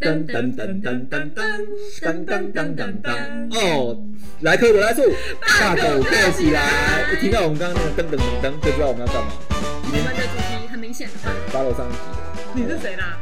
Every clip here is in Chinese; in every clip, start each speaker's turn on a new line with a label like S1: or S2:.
S1: 噔噔噔噔噔噔噔噔噔噔噔哦，来科罗拉树，大狗跳起来！一听到我们刚刚那个噔噔噔噔，就知道我们要干嘛。
S2: 我
S1: 今天
S2: 们的主题很明显，
S1: 八楼上一集，
S3: 你是谁啦？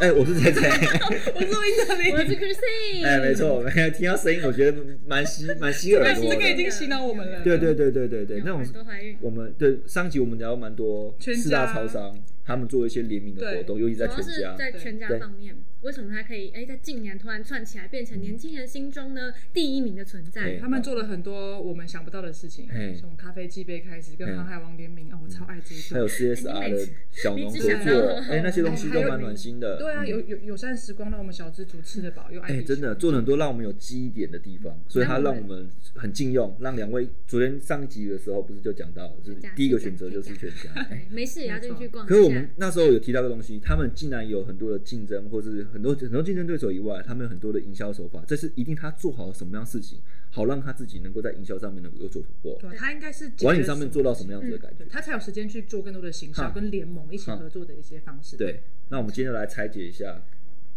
S1: 哎，我是谁谁？
S3: 我是魏哲
S2: 我是
S3: 林，
S2: Chrissy。
S1: 哎，没错，没有听到声音，我觉得蛮吸蛮吸耳
S3: 但是
S1: 朵
S3: 哎这
S1: 的。
S3: 个已经洗脑我们了。
S1: 对对对对对对，那种
S2: 很多怀孕。
S1: 我们对上集我们聊蛮多
S3: 全家
S1: 四大超商，他们做一些联名的活动，尤其
S2: 主
S1: 在
S2: 要
S1: 全
S2: 是
S1: 家。
S2: 在全家
S1: 对
S2: 方面，为什么它可以哎在近年突然串起来，变成年轻人心中呢第一名的存在？
S1: 哎
S3: 他们做了很多我们想不到的事情
S1: 嘿，
S3: 从咖啡机杯开始，
S1: 嘿
S3: 跟航海王联名啊，我超爱这一
S1: 还
S3: 段。
S1: 有 CSR 的小农合
S2: 你只想
S1: 作
S2: 到，
S1: 哎、那些东西都蛮暖心的。
S3: 对啊，
S1: 嗯
S3: 有有友善时光，让我们小蜘蛛吃得饱又爱
S1: 哎、
S3: 地球。
S1: 真的做了很多让我们有记忆点的地方，所以它让我们很禁用，让两位昨天上一集的时候不是就讲到，就是第一个选择就是全家。哎
S2: 哎没事也要进去逛一下。
S1: 可是我们那时候有提到个东西，他们竟然有很多的竞争，或是很多很多竞争对手以外，他们有很多的营销手法，这是一定他做好了什么样的事情，好让他自己能够在营销上面能够有所突破，
S3: 对，啊他应该是
S1: 管理上面做
S3: 到，
S1: 到什么样子的感觉
S3: 对。他才有时间去做更多的行销
S1: 哈
S3: 跟联盟一起合作的一些方式。，
S1: 对，那我们今天就来拆解一下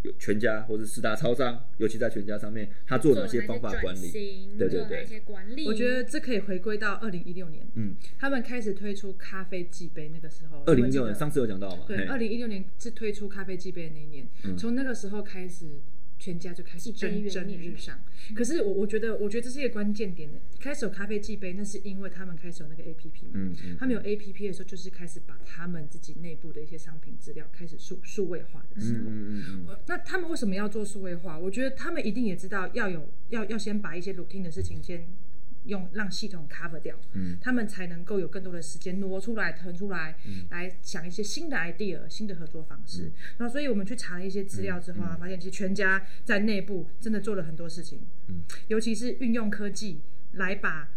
S1: 有全家或是四大超商，尤其在全家上面，他做哪些方法
S2: 做
S1: 管
S2: 哪些转
S1: 理？
S2: 型
S1: 对对对
S2: 做哪些管理？
S3: 我觉得这可以回归到二零一六年，
S1: 嗯，
S3: 他们开始推出咖啡机杯那个时候，
S1: 二零
S3: 你们
S1: 一
S3: 记
S1: 六年
S3: 得
S1: 上次有讲到嘛？
S3: 对，
S1: 嘿
S3: 二零一六年是推出咖啡机杯的那一年，
S1: 嗯
S3: 从、那个时候开始，全家就开始
S2: 杯
S3: 蒸
S2: 元
S3: 蒸
S2: 年
S3: 日上。可是我我觉得，我觉得这是一个关键点的。开始有咖啡机杯，那是因为他们开始有那个 A P P 嘛，
S1: 嗯嗯
S3: 他们有 A P P 的时候，就是开始把他们自己内部的一些商品资料开始数数位化的时候。
S1: 嗯嗯嗯
S3: 呃那他们为什么要做数位化？我觉得他们一定也知道要有要要先把一些 routine 的事情先用让系统 cover 掉，
S1: 嗯
S3: 他们才能够有更多的时间挪出来、腾出来，
S1: 嗯
S3: 来想一些新的 idea、新的合作方式。然后，所以我们去查了一些资料之后啊，发现其实全家在内部真的做了很多事情，
S1: 嗯
S3: 尤其是运用科技来把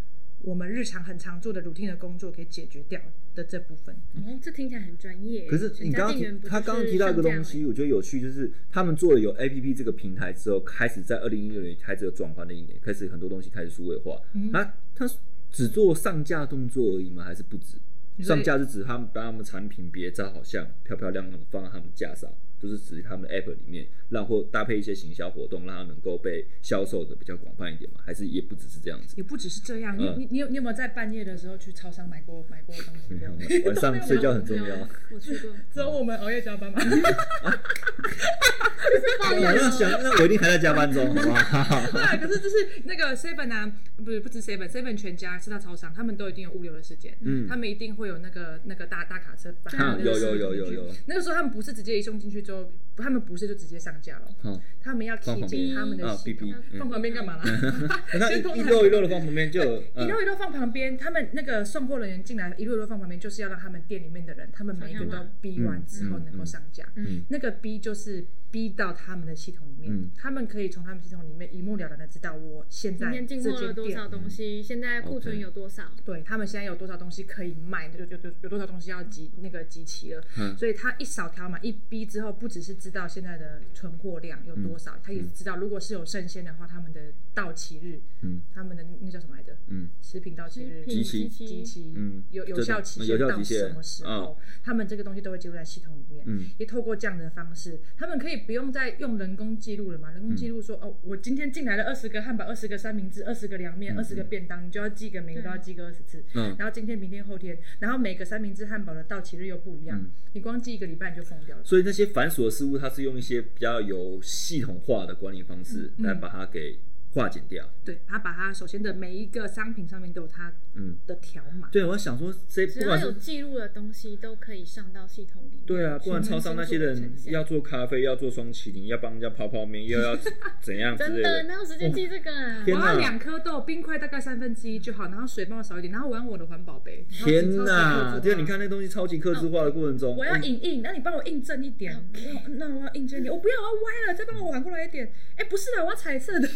S3: 我们日常很常做的 routine 的工作给解决掉的这部分。
S2: 哦，这听起来很专业。
S1: 嗯。可是你刚刚提他刚刚提到一个东西，，我觉得有趣，就是他们做了有 A P P 这个平台之后，开始在二零一六年开始有转换的一年，开始很多东西开始数位化。那他只做上架动作而已吗？还是不止？
S3: 说
S1: 上架是指他们把他们产品别照好像漂漂亮亮的放在他们架上，就是指他们的 app 里面，让或搭配一些行销活动，让它能够被销售的比较广泛一点嘛？还是也不只是这样子？
S3: 也不只是这样，
S1: 嗯
S3: 你你你有你有没有在半夜的时候去超商买过买过东 西？
S1: 晚上睡觉很重要，
S2: 我去过。
S3: 只有我们熬夜加 班吗？
S1: 那想那我一定还在加班中，好不好？
S3: 对啊，可是就是那个 Seven 啊，不是不止 Seven，Seven 全家、四大超商，他们都一定有物流的时间，
S1: 嗯
S3: 他们一定会有那个那个大大卡车把他
S1: 啊
S3: 们，的
S1: 有
S3: 食
S1: 有
S3: 物
S1: 有
S3: 送
S1: 有
S3: 进去
S1: 有，
S3: 那个时候他们不是直接一送进去之后，他们不是就直接上架了，
S1: 嗯，
S3: 他们要
S1: 放
S3: keep
S1: 旁
S3: 进
S1: 边
S3: 他们的
S1: 啊嗯
S3: 系统
S1: PP 嗯
S3: 放旁边干嘛啦？
S1: 那
S3: 先通
S1: 一
S3: 常
S1: 溜一溜的放旁边就有，
S3: 一
S1: 嗯
S3: 溜一溜放旁边，他们那个送货人员进来，一溜一溜放旁边，就是要让他们店里面的人，他们每一个都逼完之后能够上架。
S1: 嗯嗯嗯
S3: 那个逼就是逼到他们的系统里面，
S1: 嗯
S3: 他们可以从他们系统里面一目了然的知道我现
S2: 今
S3: 在
S2: 天进
S3: 这
S2: 货了
S3: 间
S2: 多
S3: 店
S2: 少东西？现在库存有多少？
S3: 对他们现在有多少东西可以卖，有有有有多少东西要集那个集齐了，
S1: 嗯
S3: 所以他一扫条码一逼之后，不只是知道现在的存货量有多
S1: 嗯
S3: 少，他也知道如果是有剩鲜的话，他们的到期日，
S1: 嗯
S3: 他们的那叫什么来着？
S1: 嗯，
S3: 食品到期日，
S2: 食品
S1: 集
S2: 齐
S3: 集齐，
S1: 嗯
S3: 有有
S1: 这
S3: 效
S1: 种
S3: 期
S1: 有
S3: 限
S1: 效
S3: 到
S1: 期
S3: 什
S1: 限
S3: 么时
S1: 嗯
S3: 候，他们这个东西都会记录在系统里面，
S1: 嗯
S3: 也透过这样的方式，他们可以不用再用人工记录了嘛？人工
S1: 嗯
S3: 记录说，哦，我今天进来了二十个汉堡，二十个三明治，二十个凉面，二十个便当，你就要记个每个都要记个二十次，
S1: 嗯
S3: 然后今天、明天、后天，然后每个三明治汉堡的到期日又不一
S1: 嗯
S3: 样，你光记一个礼拜你就疯掉了。
S1: 所以那些繁琐的事物，它是用一些比较有系统化的管理方式来把它给化解掉。
S3: 对，他把他首先的每一个商品上面都有他
S1: 嗯
S3: 的条码，
S1: 对，我想说，这
S2: 只
S1: 不
S2: 要
S1: 管
S2: 有
S1: 是
S2: 记录的东西都可以上到系统里面。
S1: 对啊，不然超商那些人
S2: 呈现
S1: 要做咖啡，要做双麒麟，要帮人家泡泡面，又要怎样之
S2: 真
S1: 类
S2: 的
S1: 的。
S2: 哪有时间记这个啊？
S1: 天
S3: 我
S1: 哪
S3: 要两颗豆，冰块大概三分之一就好，然后水帮我少一点，然后我要我的环保杯。
S1: 天
S3: 哪！
S1: 哪！就你看那东西超级克制化的过程中，
S3: 哦
S1: 哎
S3: 我要影印，那你帮我印正一点。那我要印正一点，我不要，我要歪了，再帮我反过来一点。哎，不是啦，我要彩色的。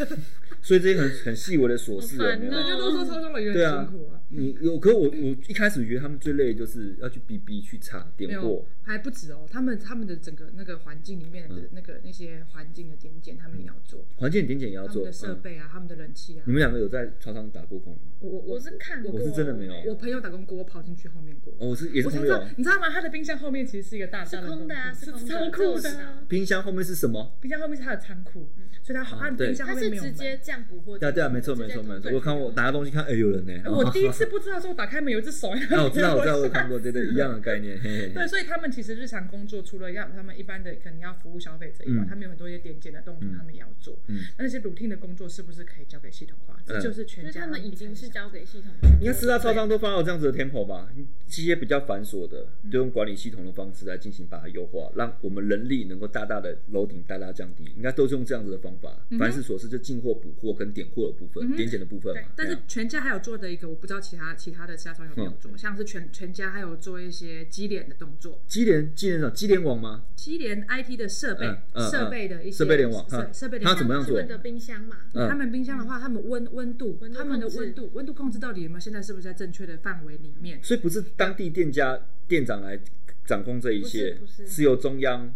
S1: 所以这些很很细微的琐事
S2: 好
S1: 有
S2: 烦
S1: 没有？
S2: 哦
S3: 大家都说超商人员
S1: 对啊
S3: 很辛苦啊。
S1: 你有，可我我一开始以为他们最累的就是要去 BB 去查
S3: 没
S1: 啊点
S3: 有
S1: 货，，
S3: 还不止哦，他们他们的整个那个环境里面的
S1: 嗯
S3: 那个、那些环境的点检，他们也要做，
S1: 环境点检也要
S3: 他们
S1: 做。
S3: 的设
S1: 嗯，
S3: 备啊，他们的冷气啊
S1: 你，们两个有在操场打过工吗？
S3: 我我
S2: 我是看过，
S1: 我是真的没有
S3: 我朋友打工过，我跑进去后面过，
S1: 哦，我是也是
S3: 我才
S1: 朋
S3: 知道
S1: 友。，
S3: 你知道吗？他的冰箱后面其实是一个大
S2: 是
S3: 大
S2: 空的啊，
S3: 冷
S2: 是
S3: 冻库
S2: 空的，
S3: 是超
S2: 这我
S3: 酷
S2: 知
S3: 的啊。
S2: 道
S1: 冰箱后面是什么？
S3: 冰箱后面是他的仓库，所以他他的
S1: 对
S3: 冰箱
S2: 它
S3: 后面
S2: 是
S3: 没有
S2: 直
S3: 门。
S2: 接这样补货进
S1: 对
S2: 去，
S1: 啊，对啊，没错，
S2: 直
S1: 没
S2: 接
S1: 错，
S2: 从
S1: 没错。
S2: 对
S1: 我看过，我打开东西看，哎，有人呢。
S3: 哎我第一次不知道，说我打开门有一只 手。
S1: 啊，
S3: 那
S1: 我知道，我知道，我有看过， 对对，一样的概念。嘿嘿嘿
S3: 对，所以他们其实日常工作除了要他们一般的可能要服务消费者以外，
S1: 嗯
S3: 他们有很多一些点检的动作，他们也要做。
S1: 嗯
S3: 那那些 routine 的工作是不是可以交给系统化？这就是
S2: 就
S3: 全
S2: 是
S3: 家
S2: 他们已经是交给系统去
S1: 应该四大超商都发到这样子的 tempo 吧？这些比较繁琐的，就用管理系统的方式来进行把它优化，让我们人力能够大大的楼顶大大降低，应该都是用这样子的方法。凡事所思就进货、补货跟点货的部分、点检的部分
S3: 对
S1: 嘛。，
S3: 但是
S1: 哎呀
S3: 全家还有做的一个，我不知道其他其他的其他超商有没有
S2: 嗯
S3: 做，像是全全家还有做一些机联的动作，
S1: 机联机联什么？机联网吗？
S3: 机联 IT 的设备
S1: 嗯、嗯
S3: 设备的一些
S1: 设备联网
S3: 设
S1: 嗯
S3: 设备联
S1: 它
S3: 网
S1: 怎么样
S2: 他
S1: 做
S2: 们的冰箱嘛，
S1: 嗯
S3: 他们冰箱的话，他们温温度
S2: 温，度
S3: 他们的
S2: 控制
S3: 温度温度控制到底有没有现在是不是在正确的范围里面？
S1: 所以不是当地店家店长来掌控这一切，
S2: 不是不是
S1: 由中央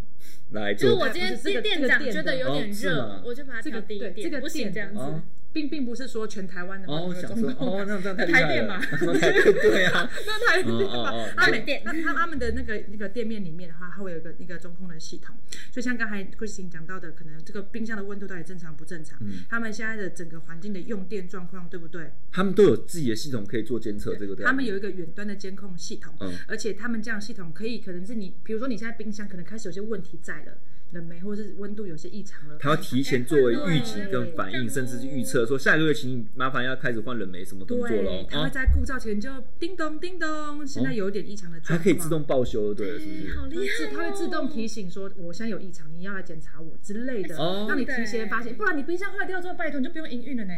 S1: 来
S2: 就是
S1: 做。
S2: 我今天
S3: 不是这个
S2: 店
S3: 这个
S2: 长
S3: 店
S2: 觉得
S3: 的
S2: 有点
S1: 哦是吗
S2: 热，我就把它
S3: 这
S2: 调
S3: 个
S2: 低一
S3: 对这
S2: 点，
S3: 个
S2: 不行
S3: 店
S2: 这样
S1: 哦
S2: 子。
S3: 并并不是说全台湾的话
S1: 哦，我
S3: 都有
S1: 想
S3: 中
S1: 说，
S3: 控
S1: 哦，那这样太厉
S3: 台
S1: 害
S3: 电
S1: 了
S3: 嘛，啊
S1: 对 对啊，
S3: 那台电嘛
S1: 哦哦哦，
S3: 他
S2: 台
S3: 们
S2: 电
S3: 那他他们的那个那个店面里面的话，它会有一个那个中控的系统，就像刚才 Christine 讲到的，可能这个冰箱的温度到底正常不正常，
S1: 嗯
S3: 他们现在的整个环境的用电状况对不对？
S1: 他们都有自己的系统可以做监测，这个对吧
S3: 他们有一个远端的监控系统，
S1: 嗯
S3: 而且他们这样系统可以，可能是你，比如说你现在冰箱可能开始有些问题在了，冷媒或是温度有些异常了，
S1: 它要提前作为预警跟反应，甚至是预测，说下个月请麻烦要开始换冷媒什么动作
S3: 对
S1: 喽，
S3: 它
S1: 啊
S3: 会，在故障前就叮咚叮咚，现在有一点异常的
S1: 它
S3: 状况，
S1: 可以自动报修，对了，是不
S2: 好
S1: 是？
S2: 厉害
S3: 自
S2: 哦！
S3: 它会自动提醒说，我现在有异常，你要来检查我之类的，
S1: 哦
S3: 让你提前发现，
S2: 对
S3: 不然你冰箱坏掉之后，拜托你就不用营运了呢。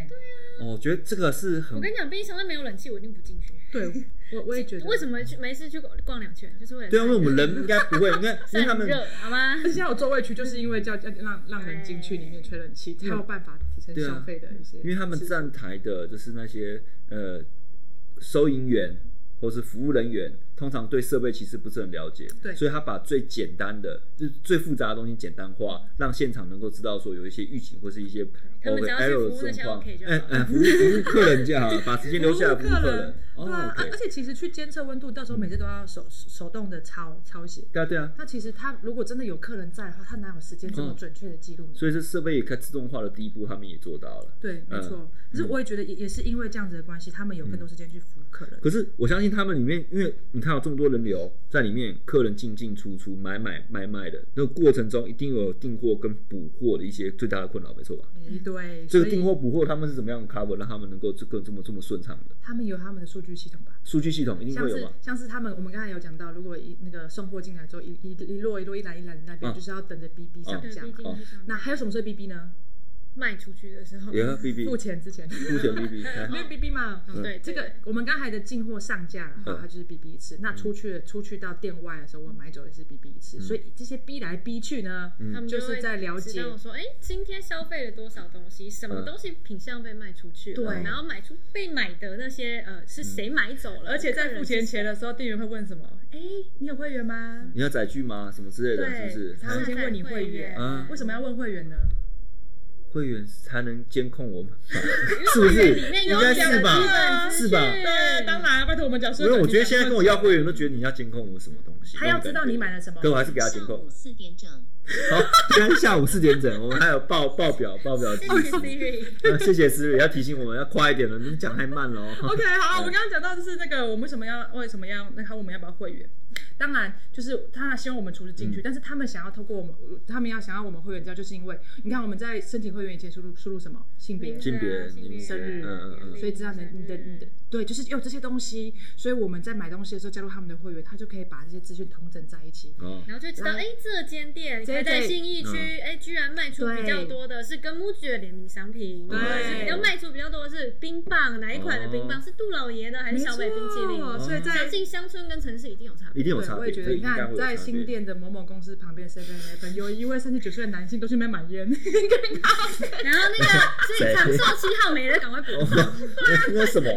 S1: 哦，我觉得这个是很
S2: 我跟你讲，冰箱那没有冷气，我一定不进去。
S3: 对，我我也觉得，
S2: 为什么去没事去逛两圈，就是为了
S1: 对啊，因为我们人应该不会，因为因为他
S2: 散
S1: 们
S2: 热好吗？
S3: 现在有座位区，就是因为叫要让让人进去里面吹冷气，才有办法提升
S1: 对啊
S3: 消费的一些，
S1: 因为他们站台的就是那些呃收银员或是服务人员，通常对设备其实不是很了解，
S3: 对
S1: 所以他把最简单的就是最复杂的东西简单化，让现场能够知道说有一些预警或是一些
S2: 他们只要
S1: over
S2: 是
S1: error
S2: 服务
S1: 的
S2: 那些
S1: 状况
S2: OK，就好
S1: 哎哎，服务服务客人就好了，把时间留下来服务客人，哦
S3: 对啊，而
S1: ，OK，
S3: 而且其实去监测温度，到时候每次都要手手动的抄抄写。
S1: 对啊对啊。
S3: 那其实他如果真的有客人在的话，他哪有时间这么
S1: 嗯
S3: 准确的记录呢？
S1: 所以这设备也开自动化的第一步，他们也做到了。
S3: 对，没
S1: 嗯嗯
S3: 错。可是我也觉得也也是因为这样子的关系，他们有更多时间去服务客人。
S1: 可是我相信他们里面，因为你看有这么多人流在里面，客人进进出出、买买卖卖的那个过程中，一定有订货跟补货的一些最大的困扰，没错吧？
S3: 诶对，
S1: 嗯这
S3: 所
S1: 个订
S3: 以
S1: 货补货他们是怎么样 cover，让他们能够这个这么这么顺畅的？
S3: 他们有他们的数据系统吧？
S1: 数据系统一定
S3: 像
S1: 会有
S3: 是
S1: 吧？
S3: 像是他们，我们刚才有讲到，如果一那个送货进来之后，一一一摞一摞一篮一篮的那边，
S1: 嗯
S3: 就是要等着 BB 上
S2: 对，
S3: 架
S2: 毕
S3: 嘛。
S2: 竟是上
S3: 那还有什么是 BB 呢？
S2: 卖出去的时候，
S1: 也要 B B
S3: 付钱 之前。
S1: 付钱 B B，
S3: 因为 BB 嘛，
S2: 嗯对
S3: 这个我们刚才的进货上架的
S1: 嗯
S3: 话，它就是 BB 一次。那出去出去到店外的时候，我买走也是 BB 一
S1: 嗯
S3: 次。所以这些逼来逼去呢，
S2: 他们
S3: 就是
S2: 会
S3: 在了
S2: 知
S3: 解
S2: 道说，哎，今天消费了多少东西，什么
S1: 嗯
S2: 东西品相被卖出去了，
S3: 对
S2: 然后买出被买的那些呃是谁买走了，
S3: 而且在
S2: 客
S3: 付钱
S2: 人是谁
S3: 前的时候，店员会问什么？哎，你有会员吗？
S1: 你要载具吗？什么之类的，
S3: 对，
S1: 是不
S3: 他
S1: 是？
S3: 会先问你会员
S1: 嗯，
S3: 为什么要问会员呢？
S1: 会员才能监控我们，是不是？
S2: 里面
S1: 应
S2: 有
S1: 该
S2: 两
S1: 是
S2: 个
S1: 吧
S2: 基？本资
S1: 是吧
S2: 讯
S3: 对，当然，啊拜托我们讲
S1: 因
S3: 说，
S1: 嗯为我觉得现在跟我要会员都觉得你要监控我什么东西，
S3: 他要知道你买了什么
S1: 可我还是给他监
S4: 上
S1: 控
S4: 午。四点整。
S1: 好，今天下午四点整，我们还有报报表报表。
S2: 谢 谢 Siri。
S1: 呃谢谢思雨，要提醒我们要快一点了，你们讲太慢了哦。
S3: OK，好，我们刚刚讲到就是那个我们为什么要为什么要那他我们要不要会员？当然，就是他希望我们出资进
S1: 嗯
S3: 去，但是他们想要透过我们，他们要想要我们会员制，就是因为你看我们在申请会员以前输入输入什么性别，
S1: 性别
S2: 性别
S1: 生日嗯嗯嗯
S3: 所以知道你的你的你的对，就是有这些东西，所以我们在买东西的时候加入他们的会员，他就可以把这些资讯统整在一起。
S1: 哦，
S2: 然后就知道，
S3: 来
S2: 哎，这间店
S3: 这
S2: 开在
S3: 这
S2: 信义
S1: 嗯
S2: 区，哎，居然卖出比较多的是跟 MUJI 的联名商品，
S1: 对
S2: 或者是比较卖出比较多的是冰棒，哪一款的冰棒
S1: 哦
S2: 是杜老爷的还是小北冰淇淋？
S3: 没错所以在
S2: 相信乡村跟城市一定有差别
S1: 一。定有差别
S3: 我也觉得，
S1: 这
S3: 你
S1: 应该会
S3: 看
S1: 有
S3: 在
S1: 差别
S3: 新店的某某公司旁边 Seven Eleven，有一位三十九岁的男性都去那边买 烟，
S2: 然后那个，所以长寿七号没了，赶快补。
S1: 哦那什 么？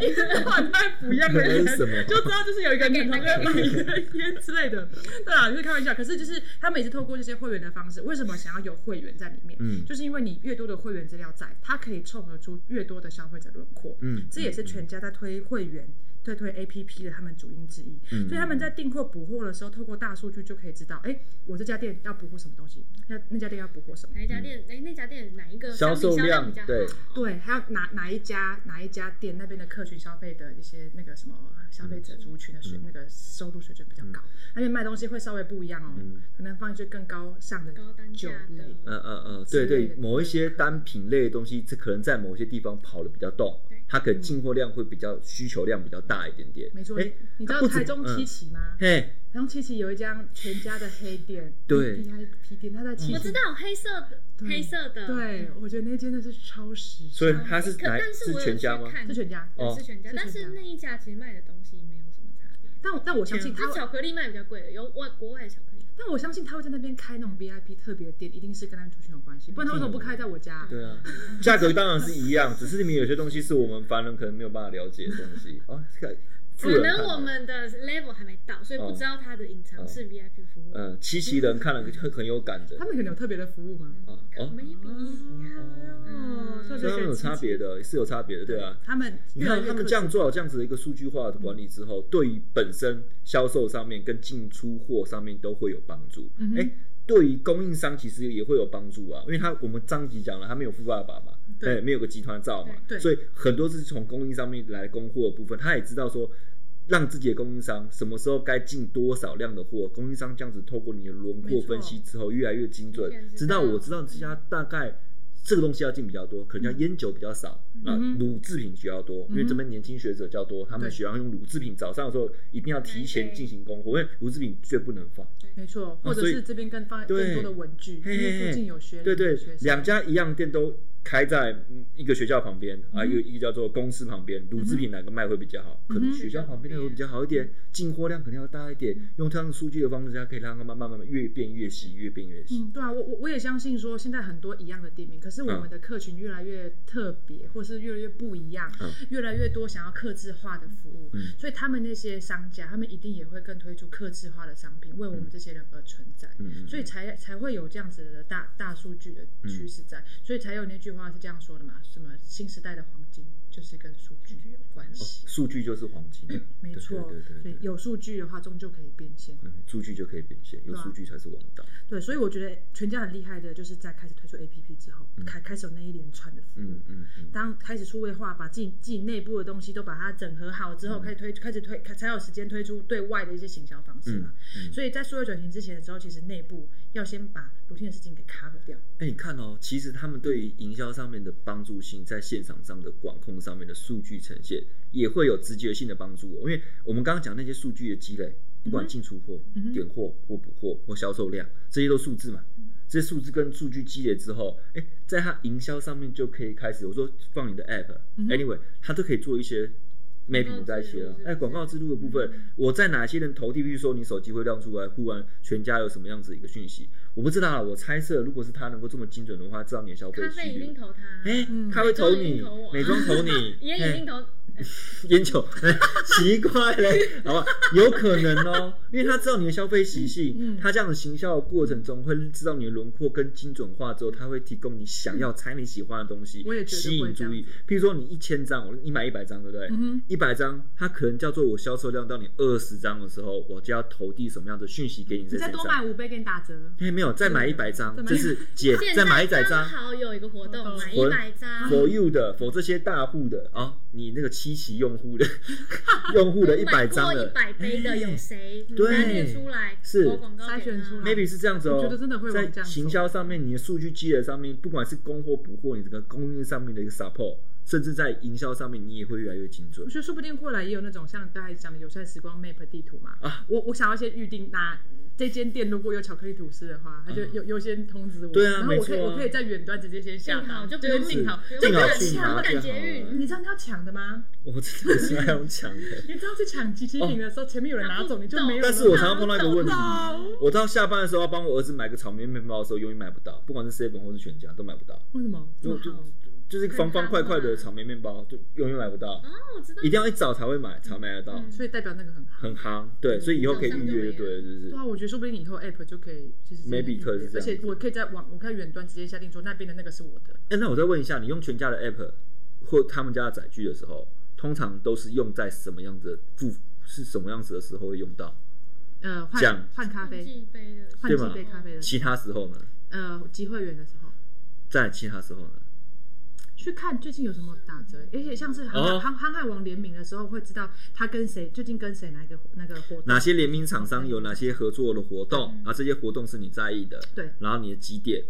S3: 换卖不一样的人，
S1: 那是什么
S3: 就知道就是有一个女同在买烟之类的。对啊，就是开玩笑。可是就是他们也是透过这些会员的方式，为什么想要有会员在里面？
S1: 嗯
S3: 就是因为你越多的会员资料在，它可以凑合出越多的消费者轮廓。
S1: 嗯
S3: 这也是全家在推会员。在推 A P P 的他们主因之一，
S1: 嗯
S3: 所以他们在订货补货的时候，透过大数据就可以知道，哎、我这家店要补货什么东西，那那家店要补货什么。
S2: 哪一家店？哎，那家店哪一个
S1: 销售
S2: 商品
S1: 量
S2: 比较好？
S1: 对
S3: 对，还有哪哪一家哪一家店那边的客群消费的一些那个什么消费
S1: 嗯
S3: 者族群的水、那个收入水准比较高，那边卖东西会稍微不一样哦，可能放一些更高尚的
S2: 高单
S3: 酒
S2: 价的
S3: 类。
S1: 嗯嗯嗯，
S3: 之
S1: 对
S3: 类
S1: 对
S3: 的，
S1: 某一些单品类的东西，这可能在某些地方跑的比较动
S2: 对，
S1: 它可能进货量会比较需求量比较大一点点。
S3: 嗯没错，
S1: 哎，
S3: 你知道
S1: 它不止
S3: 台中七，期吗？
S1: 嗯嘿，
S3: 台中七期有一家全家的黑店，
S1: 对嗯
S3: P I P 店，它在七期。
S2: 我知道黑色的，
S3: 对
S2: 黑色的。
S3: 对，我觉得那间真的是超时尚，
S1: 所以它是
S2: 可
S1: 哪
S2: 但
S1: 是
S2: 我有
S1: 全家
S2: 去
S1: 吗
S2: 看
S3: 是全家。
S2: 对
S1: 哦
S2: 是全家
S3: 是全，家
S2: 但是那一家其实卖的东西没有什么差别。
S3: 但我但我相信它
S2: 它巧克力卖比较贵，有外国外的巧克力。
S3: 但我相信他会在那边开那种 VIP 特别店，一定是跟他们族群有关系，不然他为什么不开在我家、
S1: 对啊，
S2: 嗯
S1: 价格当然是一样，只是里面有些东西是我们凡人可能没有办法了解的东西。哦，这个富
S2: 可
S1: 人看
S2: 能
S1: 了
S2: 我们的 level 还没到，所以不知道它的隐藏式 VIP 服务。
S1: 嗯，七七人看了很很有感的
S3: 他们可能有特别的服务
S2: 嗯
S3: 吗？
S1: 啊哦，嗯
S2: 没比
S3: 哦，
S1: 所
S3: 特别
S1: 以他们有差别的，是有差别的，对啊。
S3: 他们
S1: 你
S3: 越来
S1: 看
S3: 越
S1: 他们
S3: 克
S1: 这样
S3: 制，
S1: 做好这样子的一个数据化的管理之后，对于本身销售上面跟进出货上面都会有帮助。哎、
S3: 嗯哼
S1: 对于供应商其实也会有帮助啊，因为他我们上集讲了，他没有富爸爸嘛，
S3: 对
S1: 哎没有个集团照嘛，
S3: 对对
S1: 所以很多是从供应上面来供货的部分，他也知道说。让自己的供应商什么时候该进多少量的货，供应商这样子透过你的轮廓
S3: 没错
S1: 分析之后，越来越精准
S2: 越来越，
S1: 知
S2: 知
S1: 道
S2: 道
S1: 我知
S3: 嗯
S1: 道这家大概这个东西要进比较多，可能叫烟酒比较少，那
S3: 嗯哼
S1: 乳制品比较多，因为
S3: 嗯哼
S1: 这边年轻学者较多，他们
S3: 对
S1: 喜欢用乳制品。早上的时候一定要提前进行供货，因为乳制品绝不能放。
S3: 没错，
S1: 哦
S3: 或者
S1: 所以
S3: 是这边更放
S1: 对
S3: 更多的文具，因
S1: 嘿嘿
S3: 为
S1: 嘿
S3: 附近有学龄
S1: 对对
S3: 有学，生
S1: 两家一样店都开在嗯一个学校旁边啊，一个一个叫做公司旁边，乳制品哪个卖会比较好？可能学校旁边的会比
S3: 嗯
S1: 较好一点，进货量可能要大一点。用这样数据的方式，它可以让它慢慢慢慢越变越细，越变越细。
S3: 嗯，对啊，我我我也相信说，现在很多一样的店名，可是我
S1: 嗯
S3: 们的客群越来越特别，或是越来越不一样，
S1: 嗯
S3: 越来越多想要客制化的服务，
S1: 嗯
S3: 所以他们那些商家，他们一定也会更推出客制化的商品，为我们这些人而存在，
S1: 嗯嗯
S3: 所以才才会有这样子的大大数据的
S1: 嗯
S3: 趋势在，所以才有那句话是这样说的嘛，什么新时代的黄金就是跟数据有关系，
S1: 数据就是黄金，
S3: 没错，
S1: 哦对对
S3: 所
S1: 对
S3: 以
S1: 对，
S3: 有数据的话，终究可以变现。
S1: 嗯数据就可以变现，有
S3: 对啊
S1: 数据才是王道。
S3: 对，所以我觉得全家很厉害的，就是在开始推出 APP 之后，开、开始有那一连串的服务。
S1: 嗯嗯嗯。
S3: 当开始数位化，把自己自己内部的东西都把它整合好之
S1: 嗯
S3: 后，开始推开始推才有时间推出对外的一些行销方式嘛。
S1: 嗯
S3: 所以在数位转型之前的时候，其实内部要先把鲁迅的事情给 cover 掉。
S1: 哎、你看哦，其实他们对于营销上面的帮助性，在现场上的管控上面的数据呈现，也会有直觉性的帮助、哦。因为我们刚刚讲那些数据的积累，不管进出货、点货或补货或销售量，这些都数字嘛。这些数字跟数据积累之后，哎，在它营销上面就可以开始，我说放你的 app，anyway，、它都可以做一些 mapping 在一起了
S2: 植入。
S1: 哎，广告植入的部分，我在哪些人投递，比如说你手机会亮出来，忽然全家有什么样子的一个讯息，我不知道啊。我猜测，如果是他能够这么精准的话，知道你的消费
S2: 咖啡
S1: 区
S2: 一定
S1: 域。
S2: 投
S3: 嗯
S2: 它，
S1: 哎，他会投
S2: 美妆一
S1: 你
S2: 定投，我，
S1: 美妆投 你
S2: 也一定投。
S1: 烟酒， 奇怪嘞， 好吧，有可能哦，因为他知道你的消费习性，
S3: 嗯
S1: 他这样的行销的过程中会知道你的轮廓跟精准化之后，他会提供你想要、猜你喜欢的东西
S3: 我也，觉得
S1: 吸
S3: 会
S1: 引
S3: 这
S1: 注
S3: 样
S1: 意。譬如说你一千张，我你买一百张，对不对
S3: 嗯哼？
S1: 一百张，它可能叫做我销售量到你二十张的时候，我就要投递什么样的讯息给你在
S3: 你再
S1: 身
S3: 多
S1: 上
S3: 买。五倍给你打折。
S1: 哎，没有，再买一百张，
S3: 再买
S1: 就是姐
S2: 现
S1: 再
S2: 在
S1: 买一百
S2: 刚
S1: 张，
S2: 好有一个活
S3: 嗯
S2: 动，买一
S1: 我
S2: 百张，
S1: for you 的，for 这些大户的啊、你那个七期用户的用户的一百张
S2: 一
S1: 的哎嗯
S2: 百杯的有谁？
S1: 对
S2: 单列出来，
S1: 是
S2: 投广告给他
S3: 筛选出来
S1: ，maybe 是这样子哦。
S3: 我觉得真的会往这
S1: 在
S3: 样
S1: 行销上面，你的数据积累上面，不管是供货补货，你整个供应上面的一个 support，甚至在营销上面，你也会越来越精准
S3: 我。觉得说不定未来也有那种像刚才讲的友善时光 Map 地图嘛。
S1: 啊
S3: 我我想要先预定哪这间店如果有巧克力吐司的话，他就优优先通知
S1: 嗯
S3: 我。
S1: 对啊
S3: 然后我可
S1: 没
S3: 以
S1: 错啊
S3: 我可以在远端直接先下
S2: 订哎好
S3: 单，
S2: 就不
S3: 是
S2: 用
S3: 订好
S2: 不，用
S3: 就
S1: 订
S3: 不
S1: 好
S3: 要
S2: 赶
S1: 去
S3: 抢
S2: 不
S1: 拿就
S2: 赶
S1: 好嗯
S2: 捷
S1: 了。
S2: 运
S3: 你知道你要抢的吗？
S1: 我真的是爱用抢 的。
S3: 你知道去抢机器饼的时候，前面有人拿走，你就没
S1: 哦
S3: 有了吗。
S1: 但是我常常碰到一个问题
S3: 拿不到，
S1: 我到下班的时候要帮我儿子买个草莓面包的时候，永远买不到，不管是 seven 或是全家都买不到，
S3: 为什么这
S1: 就
S3: 么
S1: 就
S3: 好？
S1: 就是方方块块的草莓面包，就永远买不到，
S3: 嗯
S2: 哦，我知道
S1: 一，定要一早才会买才买得到，
S2: 嗯
S3: 所以代表那个很好。
S1: 很夯。对，
S3: 嗯
S1: 所以以后可以预约就对了，就是
S3: 对啊，我觉得说不定以后 app 就可以，就是
S1: Maybe 可以是这
S3: 而
S1: 样
S3: 且我可以在网，我可以远端直接下定说那边的那个是我的。
S1: 哎、那我再问一下，你用全家的 app 或他们家的载具的时候，通常都是用在什么样子的付是什么样子的时候会用到？
S3: 呃，换
S1: 酱
S3: 换咖
S2: 忘
S3: 啡，
S2: 记杯的，
S3: 换
S1: 对
S3: 几
S1: 吗
S3: 杯咖啡的时
S1: 其他时候呢？
S3: 候，呃，集会员的时候。
S1: 在其他时候呢？
S3: 去看最近有什么打折，而且像是航
S1: 哦
S3: 航航海王联名的时候，会知道他跟谁最近跟谁哪一个那个活动
S1: 哪。些联名厂商有哪些合作的活动？
S3: 嗯
S1: 啊，这些活动是你在意的。
S3: 对
S1: 然后你的几点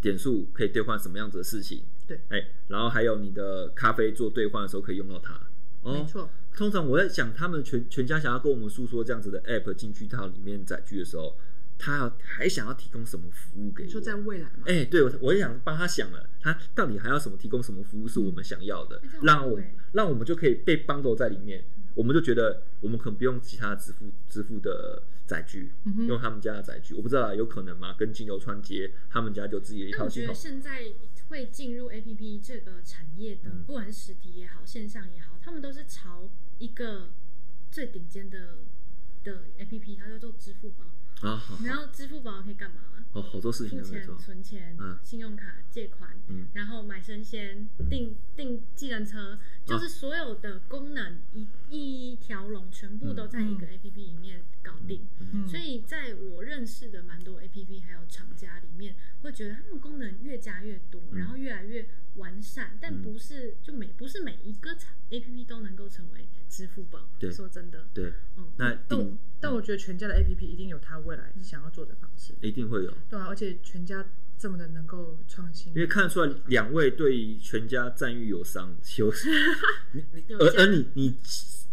S1: 点数可以兑换什么样子的事情？
S3: 对
S1: 哎、然后还有你的咖啡做兑换的时候可以用到它。哦，
S3: 没错，
S1: 通常我在想，他们全全家想要跟我们诉说这样子的 app 进去到里面载具的时候，他还想要提供什么服务给
S3: 你
S1: 我？
S3: 说在未来嘛，
S1: 哎、对我我也想帮他想了，他到底还要什么提供什么服务是我们想要
S3: 哎
S1: 的，
S2: 嗯这样
S1: 让
S2: 很
S1: 我
S2: 好欸
S1: 让我们就可以被帮走在里面，我们就觉得我们可能不用其他支付支付的载具，
S3: 嗯哼
S1: 用他们家的载具，我不知道啊有可能吗？跟金流串接，他们家就自己的一
S2: 但
S1: 套
S2: 我
S1: 系
S2: 觉得
S1: 统。
S2: 现在会进入 A P P 这个产业的，
S1: 嗯
S2: 不管是实体也好，线上也好，他们都是朝一个最顶尖的的 A P P，它叫做支付宝。
S1: 啊，好哦
S2: 你知道支付宝可以干嘛吗？
S1: 好好多事情
S2: 付
S1: 都没
S2: 钱、
S1: 做，
S2: 存钱、
S1: 嗯
S2: 信用卡、借款，
S1: 嗯
S2: 然后买生鲜、订订计程车，
S1: 嗯
S2: 就是所有的功能一一条龙，全部
S1: 嗯
S2: 都在一个 A P P 里面搞定。
S3: 嗯
S2: 所以在我认识的蛮多 A P P 还有厂家里面，会觉得他们功能越加越多，
S1: 嗯
S2: 然后越来越完善，但不是就每不是每一个 A P P 都能够成为支付宝。
S1: 对
S2: 说真的，
S1: 对，
S2: 嗯，
S1: 那
S3: 但我
S1: 定
S3: 但我觉得全家的 APP 一定有他未来想要做的方式。
S1: 一定会有。
S3: 对啊，而且全家这么的能够创新，
S1: 因为看得出来，两位对于全家赞誉有商， 有，你你
S2: 有
S1: 而
S2: 加
S1: 而你你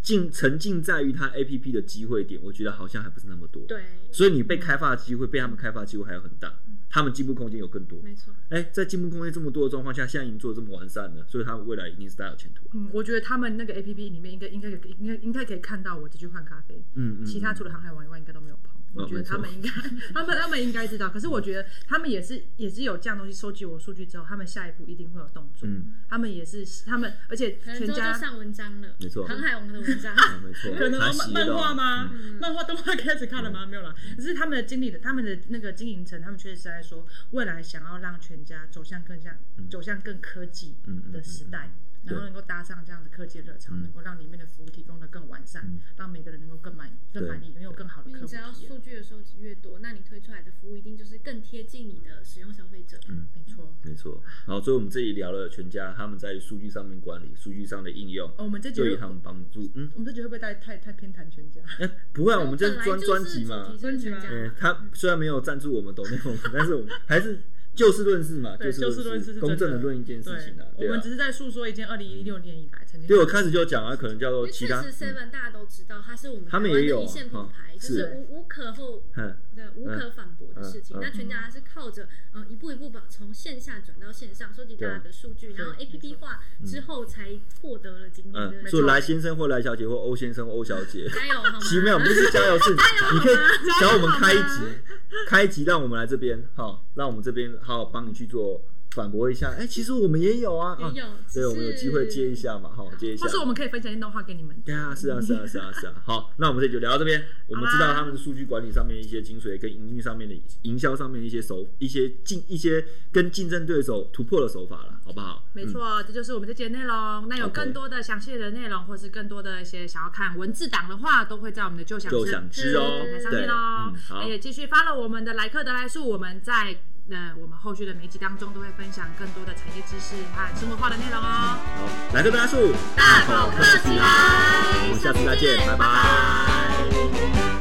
S1: 浸沉浸在于它 A P P 的机会点，我觉得好像还不是那么多。，
S2: 对，
S1: 所以你被开发的机会，被他们开发的机会还有很大，他们进步空间有更多。
S2: 没错。
S1: 哎，在进步空间这么多的状况下，现在已经做的这么完善了，所以他们未来一定是大有前途啊。
S3: 嗯，我觉得他们那个 APP 里面应该应该有应该应该可以看到我这句换咖啡，
S1: 嗯嗯哦
S3: 其他除了航海王以外应该都没有碰。我觉得
S1: 没错
S3: 他们应该，他们他们应该知道。可是我觉得他们也是也是有这样东西收集我数据之后，他们下一步一定会有动作。
S1: 嗯，
S3: 他们也是他们，而且
S2: 可能
S3: 全
S2: 之后就
S3: 家
S2: 上文章了，
S1: 没错
S2: 航海王的文 章，
S1: 啊没错，
S3: 可能
S1: 才习
S3: 漫
S1: 了
S3: 画吗？
S1: 嗯
S3: 漫画动画开始看了吗？没有啦，只是他们的经理的，他们的那个经营层，他们确实是在说，未来想要让全家走向更像、
S1: 嗯
S3: 走向更科技的时代，然后能够搭上这样的科技热
S1: 嗯
S3: 潮，能够让里面的服务提供的更完善，让每个人能够更满意、更满意，拥有更好的
S2: 因为
S3: 客
S2: 你
S3: 户体
S2: 只要
S3: 验。
S2: 数据的收集越多，那你推出来的服务一定就是更贴近你的使用消费者。
S1: 嗯
S3: 没错。
S1: 没错。好，所以我们这里聊了全家他们在数据上面管理、数据上的应用，
S3: 哦，我们这集
S1: 对于
S3: 会
S1: 他们帮助。嗯，
S3: 我们这集会不会太太太偏袒全家？
S1: 哎，不会啊，我们这
S2: 本
S1: 是
S2: 来
S1: 专
S2: 就
S1: 专辑嘛，
S2: 主题是全家
S1: 呃，他虽然没有赞助我们抖内我们，但是我们还是就事论事嘛，
S3: 对，
S1: 事
S3: 就事论事
S1: 事，
S3: 是
S1: 公正
S3: 的
S1: 的论一件事情啊。
S3: 我
S1: 对
S3: 们
S1: 啊
S3: 只，是在诉说一件二零一六年以来曾经
S1: 对我开始就讲啊，可能叫
S2: 因
S1: 做
S2: 为
S1: 其
S2: 确
S1: 他，
S2: 实 Seven 大家都知道，它是我们台
S1: 他
S2: 湾
S1: 们
S2: 的
S1: 也有
S2: 一线品牌，
S1: 嗯
S2: 就是
S1: 是
S2: 无无可厚
S1: 嗯，
S2: 对无可反驳的事情。
S1: 嗯嗯
S2: 那全家是靠着呃一步一步把从线下转到线上，收集大家的数据，然后 A P P 化之后才获得了今天的
S1: 嗯，
S2: 成
S1: 说
S2: 果。
S1: 来先生或来小姐或欧先生或欧小 姐，
S2: 加油好吗？
S1: 奇妙，我们就是加油是，
S3: 哎
S1: 你可以找我们开一集，开一集让我们来这边，哈，让我们这边好好帮你去做反驳一下。哎，其实我们也有啊，啊
S2: 也有只
S1: 对，我们有机会
S2: 是
S1: 接一下嘛，哈，接一下
S3: 或。是我们可以分享一段话给你们。
S1: 对啊，是啊，是啊，是啊， 是啊。好，那我们这里就聊到这边。我们知道他们数据管理上面一些精髓，跟营运上面的营销上面的一些手、一些竞、一些跟竞争对手突破的手法了，好不好？
S3: 没
S1: 嗯，
S3: 错，这就是我们这节内容。那有
S1: OK
S3: 更多的详细的内容，或是更多的一些想要看文字档的话，都会在我们的就想
S1: 就想知哦
S3: 平台，上
S1: 对，
S3: 面哦
S1: 嗯，。好
S3: 而，且继续 follow 我们的莱克德莱素，我们在呃我们后续的每一集当中都会分享更多的产业知识和生活化的内容哦。
S1: 嗯好，来个大树，大
S3: 大口客气啦
S1: 我们下次再见，拜拜